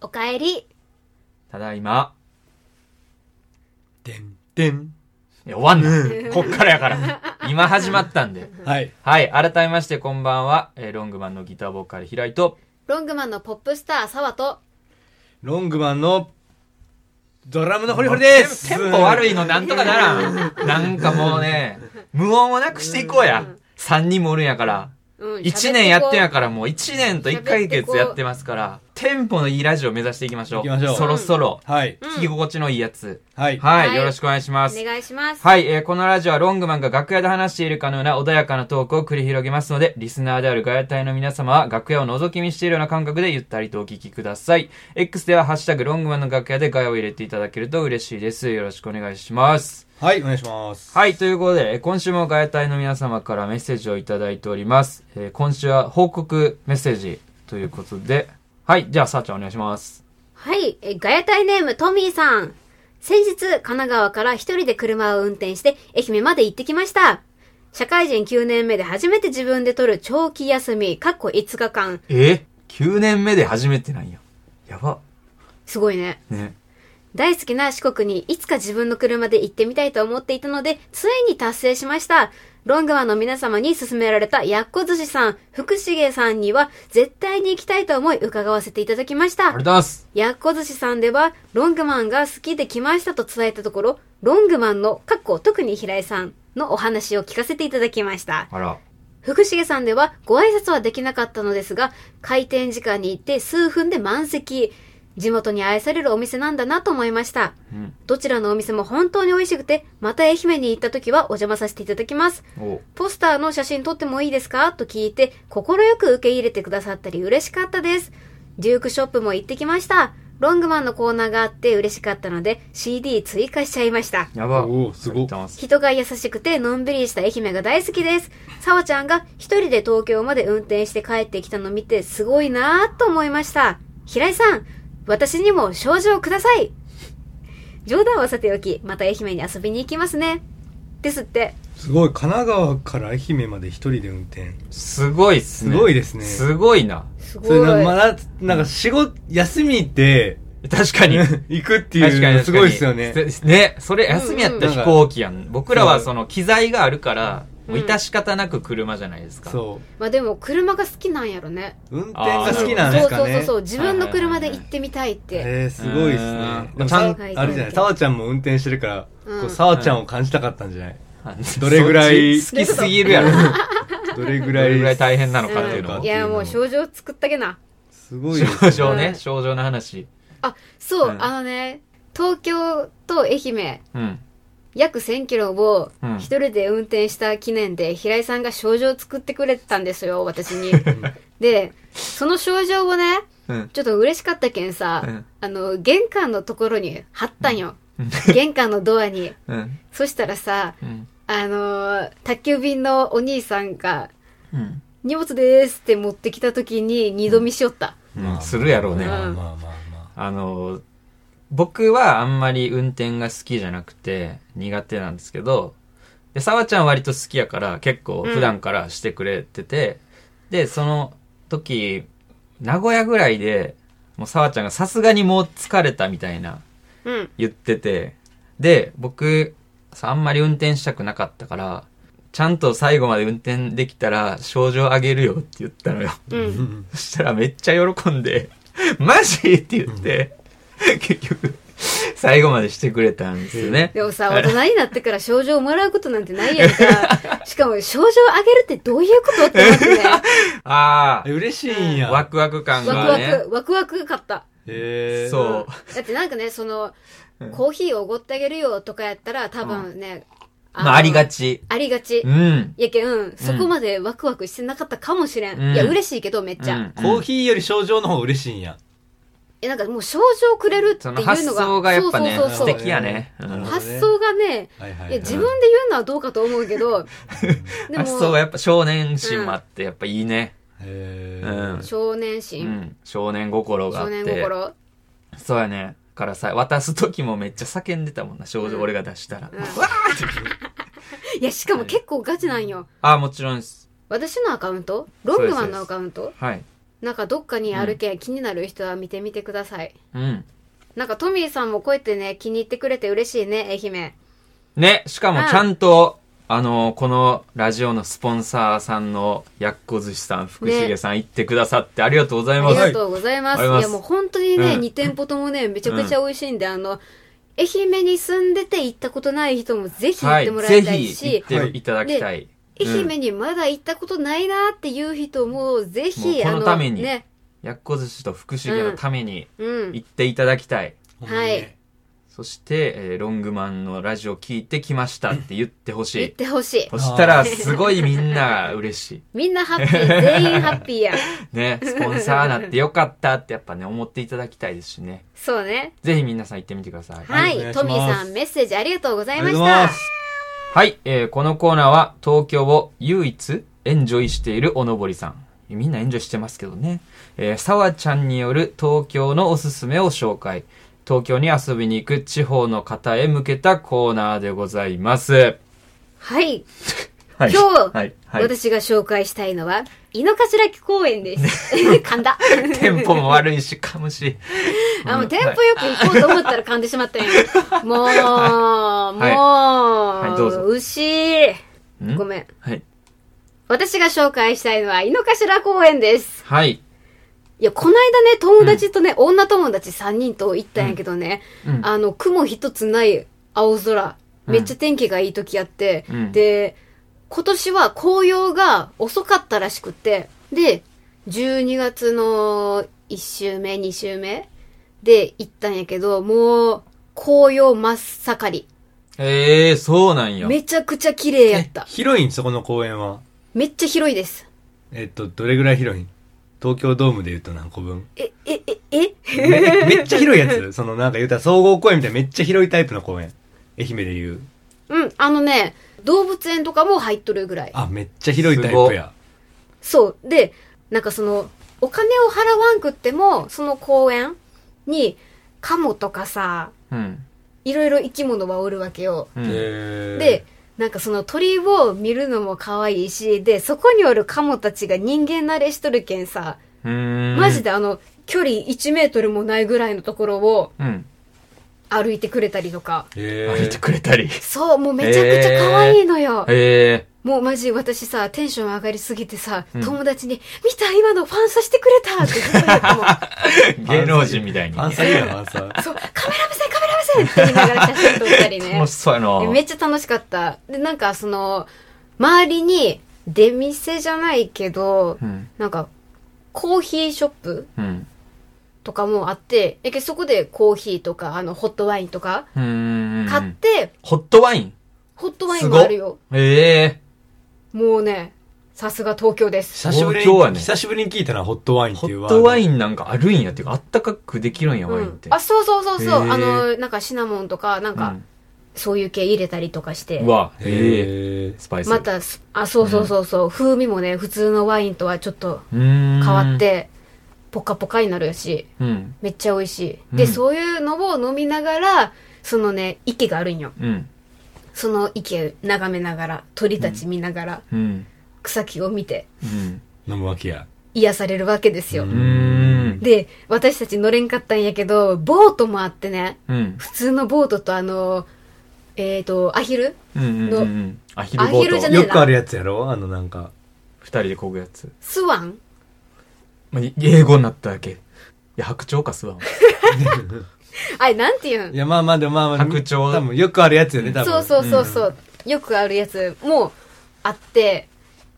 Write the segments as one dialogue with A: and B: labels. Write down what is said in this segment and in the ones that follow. A: おかえり。
B: ただいま。
C: でんでん。
B: いや、終わんな。
C: うんこっからやから。
B: 今始まったんで。
C: はい。
B: はい、改めましてこんばんは。えーロングマンのギターボーカル、平井と、
A: ロングマンのポップスター、沢と、
C: ロングマンのドラムのホリホリです。
B: テンポ悪
C: い。
B: いのなんとかならん。なんかもうね、無音をなくしていこうや。3人もおるんやか
A: う
B: ら。
A: ん
B: 1年やってんや
A: か
B: からもう1年と1ヶ月やってますから、テンポのいいラジオを目指していきましょう。
C: 行きましょう
B: そろそろ、
C: はい。
A: うん
B: 聞き心地のいいやつ。
C: はい。
B: はい、
A: はい
B: よろしくお願いします。
A: お願いします。
B: はい、えーこのラジオはロングマンが楽屋で話しているかのような穏やかなトークを繰り広げますので、リスナーであるガヤ隊の皆様は楽屋を覗き見しているような感覚でゆったりとお聞きください。X ではハッシュタグロングマンの楽屋でガヤを入れていただけると嬉しいです。よろしくお願いします。
C: はい、お願いします。
B: はい、ということで、えー今週もガヤ隊の皆様からメッセージをいただいております。えー今週は報告メッセージということで、はい、じゃあ、さーちゃんお願いします。
A: はい、え、ガヤタイネーム、トミーさん。先日、神奈川から一人で車を運転して、愛媛まで行ってきました。社会人9年目で初めて自分で取る長期休み、かっこ5日間。
B: え ?9 年目で初めてなんや。やば。
A: すごいね。
B: ね。
A: 大好きな四国にいつか自分の車で行ってみたいと思っていたので、ついに達成しました。ロングマンの皆様に勧められたやっこ寿司さん、福重さんには絶対に行きたいと思い伺わせていただきまし
B: ありがとう
A: た。
B: ございます。
A: やっこ寿司さんでは、ロングマンが好きで来ましたと伝えたところ、ロングマンの、かっこ特に平井さんのお話を聞かせていただきました。
B: あら。
A: 福重さんではご挨拶はできなかったのですが、開店時間に行って数分で満席。地元に愛されるお店なんだなと思いました。
B: うん。
A: どちらのお店も本当に美味しくて、また愛媛に行った時はお邪魔させていただきます。
B: お
A: ポスターの写真撮ってもいいですかと聞いて、快く受け入れてくださったり嬉しかったです。デュークショップも行ってきました。ロングマンのコーナーがあって嬉しかったので、CD 追加しちゃいました。
B: やば。
C: おーす
B: ありが
C: ごっ
B: とうございます
A: 人が優しくてのんびりした愛媛が大好きです。さわちゃんが一人で東京まで運転して帰ってきたの見てすごいなぁと思いました。平井さん、私にも症状ください。冗談はさておき、また愛媛に遊びに行きますね。ですって。
C: すごい、神奈川から愛媛まで一人で運転。
B: すごいっすね。
C: すごいですね
B: すごいな。
A: すご
C: それ
A: い。
C: なまだ、なんか仕事、休みで
B: 確かに。確
C: 行く って
B: かに確か
C: いう
B: に
C: のすごいですよね。。
B: ね、それ休みやったら飛行機やん。僕らはその機材があるから、
A: うん
B: もう致し方なく車じゃないですか。
C: そ
A: まあでも車が好きなんやろね。
C: う。運転が好きなんです
A: そう
C: か
A: そう
C: ね。
A: そうそう、自分の車で行ってみたいって。
C: えー、すごいです
B: うん
C: ね。でも
B: ちゃん
C: さあれじゃない、さわちゃんも運転してるから、
A: うん
C: こう、さわちゃんを感じたかったんじゃない
B: あ
C: どれぐらい
B: そっち好きすぎるやろ。
C: どれぐ
B: ど
C: ら
B: れ
C: い、
B: ぐらい大変なのかっていう
C: う
B: の
C: ん
B: も
A: い。やもう症状作ったけな。
C: すごいです
B: 症
A: う
B: 状
C: ね
B: ね、
A: ん
B: 症状の話。
A: あ、そう、
B: うん
A: あのね、東京と愛媛、
B: うん。
A: 約1000キロを
B: うん
A: 一人で運転した記念で、平井さんが賞状を作ってくれたんですよ、私に。で、その賞状をね、
B: うん。
A: ちょっと嬉しかったけんさ、
B: うん
A: あの、玄関のところに貼ったんよ。玄関のドアに。
B: うん。
A: そしたらさ、
B: うん。
A: あのー宅急便のお兄さんが、
B: うん。
A: 荷物ですって持ってきた時に二度見しよった。
B: うんするやろうね。
C: まあまあまあま
B: あの、僕はあんまり運転が好きじゃなくて苦手なんですけど、で、沢ちゃんは割と好きやから結構普段からしてくれてて、で、その時、名古屋ぐらいで、もう沢ちゃんがさすがにもう疲れたみたいな
A: うん。
B: 言ってて、で、僕、さあんまり運転したくなかったから、ちゃんと最後まで運転できたら症状あげるよって言ったのよ。
A: うん。
B: そしたらめっちゃ喜んで、 マジって言って、結局、最後までしてくれたんですよね。
A: でもさ、大人になってから賞状をもらうことなんてないやんか。しかも、賞状をあげるってどういうことって思ってね。
B: あ
C: あ。嬉しいん
B: あ、
C: や。
B: ワクワク感
A: ワ
B: が
A: クワ
B: ね。
A: ク、ワクワクかった。
C: えー、
B: そう
A: だってなんかね、その、コーヒーをおごってあげるよとかやったら、多分ね、の
B: まあ、ありが。ち。
A: ありがち
B: う。ん。
A: やけん、そこまでワクワクしてなかったかもしれん。
B: うん
A: いや、嬉しいけど、めっちゃ。
B: うん
C: コーヒーより症状の方が嬉しいんや。
A: え、なんかもう、賞状くれるって
B: そ
A: いうの
B: の
A: が。
B: 発想がやっぱね
A: そう、そ
B: 素
A: うそう
B: 敵やね。う
C: なる
B: ん
C: ほど
A: 発想がね、
C: はいはいい、
A: や、自分で言うのはどうかと思うけ ど、で
B: 発想が
A: も、
B: やっぱ少年心もあって、やっぱいいね。
C: え
B: う
C: ー
B: ん。
A: 少年
B: う
A: 心、
B: ん。少年心があっ
A: 少年
B: て。
A: 心。
B: そうやね。からさ、渡す時もめっちゃ叫んでたもんな、少女俺が出したら。
A: うんいや、しかも結構ガチなんよ。
B: ああ、もちろんです。
A: 私のアカウントロングマンのアカウント
B: はい。
A: なんかどっかにあるけ、ん、気になる人は見てみてください。
B: うん。
A: なんかトミーさんもこうやってね、気に入ってくれて嬉しいね、愛媛。
B: ね、しかも
A: うん
B: ちゃんと、あの、このラジオのスポンサーさんのやっこ寿司さん、福重さん行ってくださってありがとうござい
A: あ
B: ま
A: り
B: す。
A: がとうございます。
B: あり
A: い
B: が
A: や
B: とうございます
A: もう本当にね、
B: うん
A: 2店舗ともね、めちゃくちゃ美味しいんで、あの、愛媛に住んでて行ったことない人もぜひ行ってもら
B: ぜ
A: いたい
B: ひ
A: し
B: 行っ、ていただきたい。
A: 愛
B: うん
A: 媛にまだ行ったことないなっていう人もぜ
B: もう
A: ひ、
B: この
A: あ
B: ために
A: ね、
B: やっこ寿司と福重のために
A: うん。
B: 行っていただきたい。
C: ほんまにね
B: そして、えーロングマンのラジオ聞いてきましたって言ってほし
A: 行っ
B: い。
A: てほしい。
B: そしたら、すごいみんなが 嬉し
A: みんなハッピー、全員ハッピーや。
B: い。ね、スポンサーなってよかったってやっぱね、思っていただきたいですしね。
A: そうね。
B: ぜひ皆さん行ってみてください。
A: は
C: はいお願
A: い。
C: いします
A: トミーさん、メッセージありがとうござ
C: あ
A: いま
C: りが
A: し
C: とうござい
A: た
C: ま。す
B: はい、えーこのコーナーは東京を唯一エンジョイしているおのぼりさん。みんなエンジョイしてますけどね。えー、さわちゃんによる東京のおすすめを紹介。東京に遊びに行く地方の方へ向けたコーナーでございます。
A: はい。今
B: は
A: 日
B: はい、はい。
A: 私が紹介したいのは、井の頭木公園 です。噛んだ。
B: テンポも悪いし、かむし。
A: あ、もうテン
B: はい
A: ポよく行こうと思ったら噛んでしまったんや。もう、
B: いはい
A: も
B: どうぞ
A: う、牛。
B: ん
A: ごめん。
B: はい。
A: 私が紹介したいのは井の頭公園です。
B: はい。
A: いや、この間ね、友達とね、女友達3人と行ったんやけどね、
B: うん
A: あの、雲一つない青空、
B: うん
A: めっちゃ天気がいい時あって、
B: うん
A: で、今年は紅葉が遅かったらしくって、で、12月の1週目、2週目で行ったんやけど、もう、紅葉真っ盛り。
B: ええー、そうなんや。
A: めちゃくちゃ綺麗やった
C: え。広いんそこの公園は。
A: めっちゃ広いです。
C: えっと、どれぐらい広いん東京ドームで言うと何個分
A: え、え、え、え
C: めめっちゃ広い やつそのなんか言うたら総合公園みたいなめっちゃ広いタイプの公園。愛媛で言う。
A: うん、あのね、動物園とかも入っとるぐらい。
C: あ、めっちゃ広いタイプや。
A: そう。で、なんかその、お金を払わんくっても、その公園に、カモとかさ、
B: うん。
A: いろいろ生き物はおるわけよ。
B: うん
C: へー
A: で、、なんかその鳥を見るのも可愛いし、で、そこにおるカモたちが人間慣れしとるけんさ、
B: うーん。
A: マジであの、距離1メートルもないぐらいのところを
B: うん。
A: 歩いてくれたりとか。
C: へ
B: 歩いて
C: ー
B: くれたり。
A: そう、もうめちゃくちゃ可愛いのよ。
B: ええ
A: もうマジ私さ、テンション上がりすぎてさ、
B: うん
A: 友達に、見た今のファンさしてくれたってずっと言ってもん。
B: ー、芸能人みたいに。
C: アンサーいいな、アンサー。
A: そう、カメラ目線、カメラ目線って言いながら写真撮ったりね
B: 楽し。そうやな。
A: でめっちゃ楽しかった。で、なんかその、周りに出店じゃないけど、
B: うん。
A: なんか、コーヒーショップ
B: うん。
A: とかもあって、やけどそこでコーヒーとか、あの、ホットワインとか
B: うーん。
A: 買って、
B: ホットワイン
A: ホットワインもあるよ。
B: ええ
A: もうね、さすが東京です。
C: 久しぶ り
B: 東京は
C: に、
B: ね
C: 久しぶりに聞いたな、ホットワインっ
B: ホ
C: てい
B: ッ
C: うワー
B: ト
C: ド。
B: ワイ
C: ン。
B: ンなんかあるんやっていうか、あったかくできるんや、
A: う
B: ワインっ
A: ん
B: て。、
A: あ、そうそうそうそう、
B: へー
A: あの、なんかシナモンとか、なんか、そういう系入れたりとかして。
B: うわ、ええ
C: へ
B: スパイス。
A: ま、たす、あ、そうそうそうそう、風味もね、普通のワインとはちょっと
B: うーん。
A: 変わっ。て、ポカポカになるし、
B: うん。
A: めっちゃ美味しい。
B: う
A: で、
B: ん
A: そういうのを飲みながら、そのね、池があるんよ。
B: うん。
A: その池眺めながら、鳥たち見ながら、
B: うん。
A: 草木を見て、
B: うん。
C: ー飲むわけや。
A: 癒されるわけですよ
C: う
B: う。ーん。
A: で、私たち乗れんかったんやけど、ボートもあってね、
B: うん。
A: 普通のボートとあの、えーと、アヒル
B: うんうんうんうん。アヒルボ
A: アヒルじゃ
B: ー
A: ね
B: ト。
A: えな
C: よくあるやつやろあのなんか。
B: 二人で漕ぐやつ。
A: スワン
B: まあ、い英語になっただけ。いや、白鳥かすわ。
A: あれ、なんて言うん
C: いや、まあまあ、でもまあまあ。
B: 白鳥
C: 多分よくあるやつよね、多分。
A: そうそうそうそう、よくあるやつもあって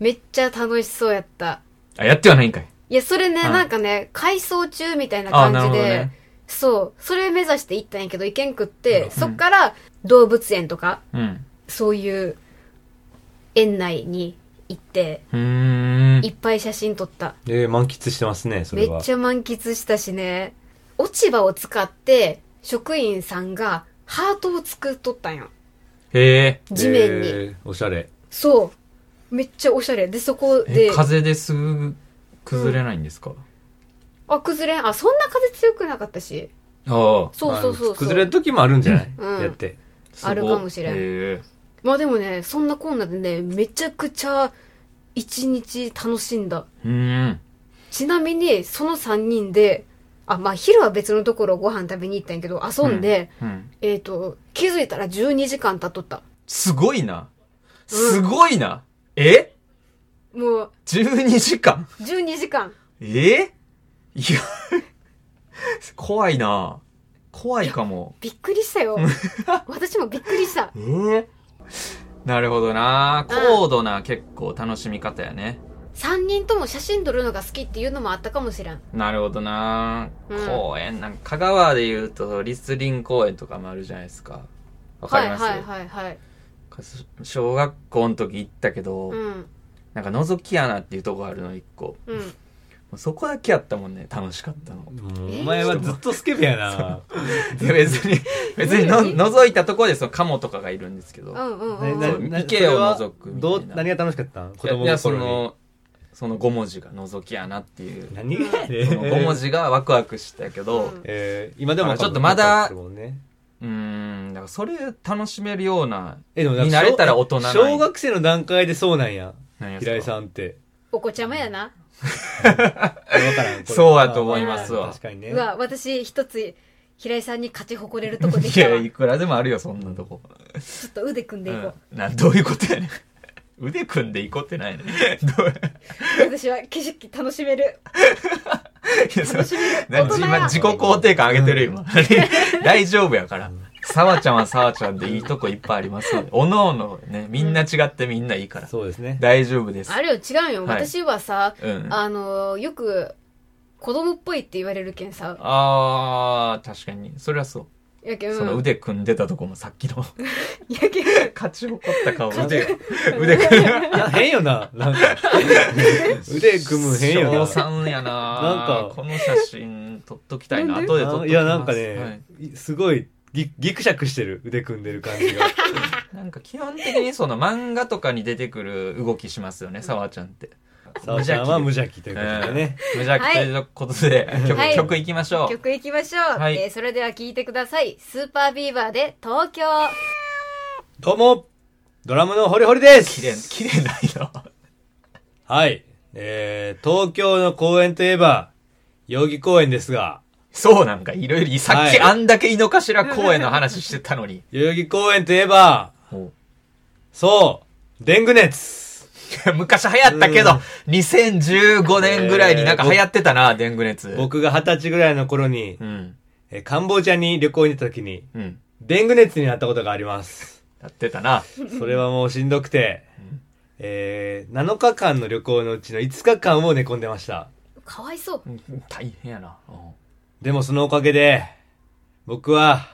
A: めっちゃ楽しそうやった
B: あ、やってはないんかい。
A: いやそれね、
B: うん
A: なんかね改装中みたいな感
B: あなる
A: じ
B: ほ
A: で、
B: どね
A: そうそれ目指して行ったんやけど行けんくって、
C: うん
A: そっから動物園とか
B: うん。
A: そういう園内に行って
B: うーん
A: い。っぱい写真撮った
C: えー、満喫してますね、そ
A: め
C: れ
A: っ
C: は。
A: ちゃ満喫したしね落ち葉を使って職員さんがハートを作っとったんよ
B: へえ。
A: 地面に、
C: えーおしゃれ。
A: そうめっちゃおしゃれでそこ
B: え
A: で、
B: 風ですぐ崩れないんですか、
A: あ、崩れん。あ、そんな風強くなかったし。
B: ああ。
A: そうそうそうそう。
C: まあ崩れる時もあるんじゃない
A: うん
C: やって。
B: すご
A: あるかもしれん
B: へえ。
A: まあでもね、そんなこんなでね、めちゃくちゃ一日楽しんだ。
B: うーん。
A: ちなみに、その3人で、あ、まあ、昼は別のところご飯食べに行ったんやけど、遊んで、
B: うんうん
A: えっ、と、気づいたら12時間経っとった。
B: すごいな。すごいな。え
A: もう、
B: ?12 時間
A: 12時間。
B: えいや、 怖いな。怖いかも。
A: びっくりした よ。私もびっくりした。
B: えーなるほどな。高度な結構楽しみ方やね。
A: 3人とも写真撮るのが好きっていうのもあったかもしれん。
B: なるほどな。
A: うん
B: 公園、なんか香川で言うと、立林公園とかもあるじゃないですか。わかります、
A: はいはいはいはい。
B: か小学校の時行ったけど、
A: うん。
B: なんか覗き穴っていうとこあるの一個。
A: うん。
B: もうそこだけやったもんね、楽しかったの。
C: もうお前はずっとスケベやな。
B: で 別に、別にの覗いたところでそのカモとかがいるんですけど。
A: うんうんう
C: 何
A: ん
B: な
A: う
B: そ
A: ん。
B: う池を覗くみたいな
C: どう、何が楽しかったん子供
B: いや
C: の
B: そ
C: 頃に。
B: の、その5文字が覗き穴っていう。
C: 何がやね
B: その5文字がワクワクしたけど、
A: うん
C: えー、今でも
B: あちょっとまだ
C: 多分残ってるもんね
B: うーん、だからそれ楽しめるような、
C: えでもなんか
B: になれたら大人ない
C: 小学生の段階でそうなんや
B: 何ですか
C: 平井さんって
A: お子ちゃまやな。
C: 分からんこれ
B: そうやと思いますわ
C: 確かにね
A: うわ、私一つ、平井さんに勝ち誇れるとこでき
B: い
A: た
B: や、
A: わ。
B: い
A: ち
B: くらでもあるよ、そんなと
A: ょ
B: こ。
A: っと腕組んでいこう。
B: うんなんどういうことやねん。腕組んでいこうってないねん。どう
A: 私は景色楽しめる。
B: いやそ
A: 楽しめる。大
B: 何
A: 人
B: 自
A: や
B: 慢自己肯定感上げてる今。 大丈夫やから。さわちゃんはさわちゃんでいいとこいっぱいありますよ。おのおのね、みんな違ってみんないいから。
C: そうですね
B: 大丈夫です。
A: あれよ、違うよ。
B: はい
A: 私はさ、
B: うん。
A: あの、よく、子供っぽいって言われるけんさ。
B: あー、確かに。それはそう。
A: やけん。
B: その腕組んでたとこもさっき の。
A: やけん。
B: 勝ち誇った顔
C: 腕
B: 腕組む。
C: いや変よななん か 腕組む変よ
B: 賞
C: な
B: 賛やな
C: なんか
B: この写真撮っときたいな。
A: なんで
B: 後で撮っときます。
C: いやなんかね、
B: はい
C: すごいぎギクシャクしてる腕組んでる感 じが
B: なんか基本的にその漫画とかに出てくる動きしますよね、さわちゃんって。
C: さおちゃんは無邪気ということでね、
B: 無邪気ということで、曲、
A: はい
B: 曲いきましょう。
A: 曲いきましょう。
B: はい
A: えーそれでは聴いてください。スーパービーバーで東京。
C: どうもドラムのホリホリです
B: 綺麗、綺麗ないな。
C: はいえー、東京の公園といえば代々木公園ですが
B: そうなんかいろいろ、さっ
C: は
B: き
C: い
B: あんだけ井の頭公園の話してたのに。
C: 代々木公園といえば
B: もう
C: そうデング熱
B: 昔流行ったけど
C: うん、
B: 2015年ぐらいになんか流行ってたな、デング熱。
C: 僕が二十歳ぐらいの頃に、
B: うん。
C: えーカンボジアに旅行に行った時に
B: うん。
C: デング熱になったことがあります
B: やってたな。
C: それはもうしんどくて、えー、7日間の旅行のうちの5日間を寝込んでました。
A: かわいそう。
B: 大変やな。うん
C: でもそのおかげで、僕は、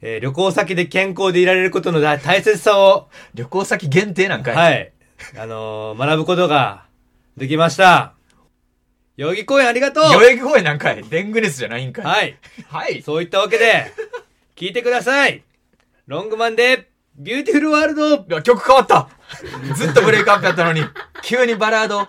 C: えー、旅行先で健康でいられることの大大切さを、
B: 旅行先限定なんかい
C: はい、あのー、学ぶことができました。代々木公園ありがとう
B: 代々木公園なんかいデング熱じゃないんかい
C: はい、
B: はい。
C: そういったわけで、聞いてくださいロングマンで、ビューティフルワールド
B: いや曲変わったずっとブレイクアップやったのに、急にバラード。